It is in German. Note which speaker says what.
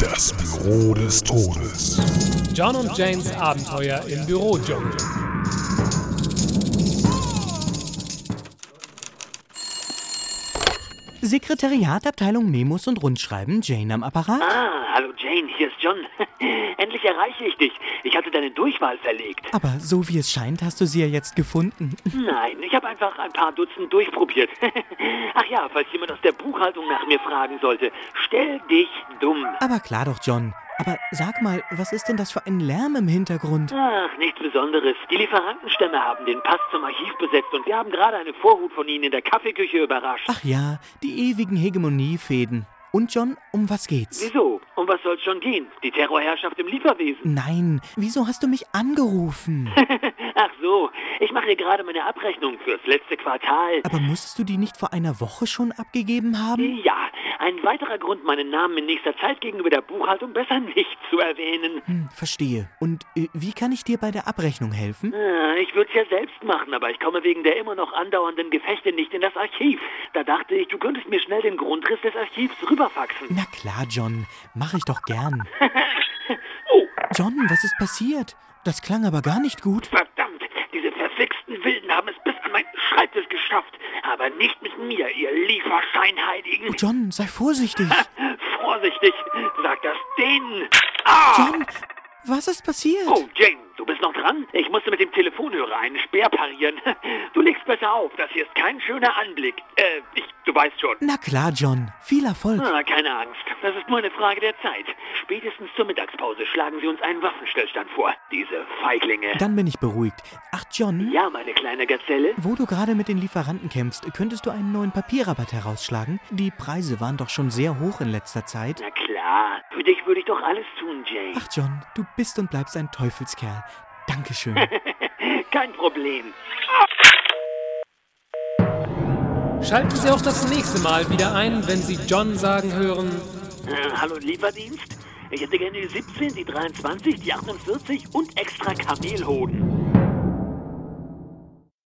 Speaker 1: Das Büro des Todes.
Speaker 2: John und Janes Abenteuer im Büro, John.
Speaker 3: Sekretariat, Abteilung Memos und Rundschreiben, Jane am Apparat.
Speaker 4: Ah, hallo Jane, hier ist John. Endlich erreiche ich dich. Ich hatte deine Durchwahl verlegt.
Speaker 3: Aber so wie es scheint, hast du sie ja jetzt gefunden.
Speaker 4: Nein, ich habe einfach ein paar Dutzend durchprobiert. Ach ja, falls jemand aus der Buchhaltung nach mir fragen sollte, stell dich dumm.
Speaker 3: Aber klar doch, John. Aber sag mal, was ist denn das für ein Lärm im Hintergrund?
Speaker 4: Ach, nichts Besonderes. Die Lieferantenstämme haben den Pass zum Archiv besetzt und wir haben gerade eine Vorhut von ihnen in der Kaffeeküche überrascht.
Speaker 3: Ach ja, die ewigen Hegemoniefäden. Und John, um was geht's?
Speaker 4: Wieso? Um was soll's schon gehen? Die Terrorherrschaft im Lieferwesen.
Speaker 3: Nein, wieso hast du mich angerufen?
Speaker 4: Ach so, ich mache hier gerade meine Abrechnung fürs letzte Quartal.
Speaker 3: Aber musstest du die nicht vor einer Woche schon abgegeben haben?
Speaker 4: Ja, ein weiterer Grund, meinen Namen in nächster Zeit gegenüber der Buchhaltung besser nicht zu erwähnen.
Speaker 3: Hm, verstehe. Und äh, wie kann ich dir bei der Abrechnung helfen?
Speaker 4: Ah, Ich würde es ja selbst machen, aber ich komme wegen der immer noch andauernden Gefechte nicht in das Archiv. Da dachte ich, du könntest mir schnell den Grundriss des Archivs rüberfaxen.
Speaker 3: Na klar, John. Mach ich doch gern.
Speaker 4: Oh,
Speaker 3: John, was ist passiert? Das klang aber gar nicht gut.
Speaker 4: verdammt! Diese verflixten Wilden haben es bis an meinen Schreibtisch geschafft. Aber nicht mit mir, ihr Lieferscheinheiligen.
Speaker 3: John, sei vorsichtig.
Speaker 4: Vorsichtig, sag das denen. Ah!
Speaker 3: John, was ist passiert?
Speaker 4: Oh, Jane, du bist noch dran? Ich musste mit dem Telefonhörer einen Speer parieren. Du legst besser auf, das hier ist kein schöner Anblick. Äh, ich, du weißt schon.
Speaker 3: Na klar, John. Viel Erfolg.
Speaker 4: Ah, keine Angst. Das ist nur eine Frage der Zeit. Spätestens zur Mittagspause schlagen sie uns einen Waffenstillstand vor. Diese Feiglinge.
Speaker 3: Dann bin ich beruhigt. Ach, John,
Speaker 4: ja, meine kleine Gazelle.
Speaker 3: wo du gerade mit den Lieferanten kämpfst, könntest du einen neuen Papierrabatt herausschlagen? Die Preise waren doch schon sehr hoch in letzter Zeit.
Speaker 4: Na klar. Für dich würde ich doch alles tun, Jane.
Speaker 3: Ach, John, du bist und bleibst ein Teufelskerl. Dankeschön.
Speaker 4: Kein Problem.
Speaker 2: Schalten Sie auch das nächste Mal wieder ein, wenn Sie John sagen hören.
Speaker 4: Äh, hallo, Lieferdienst. Ich hätte gerne die 17, die 23, die 48 und extra Kamelhoden.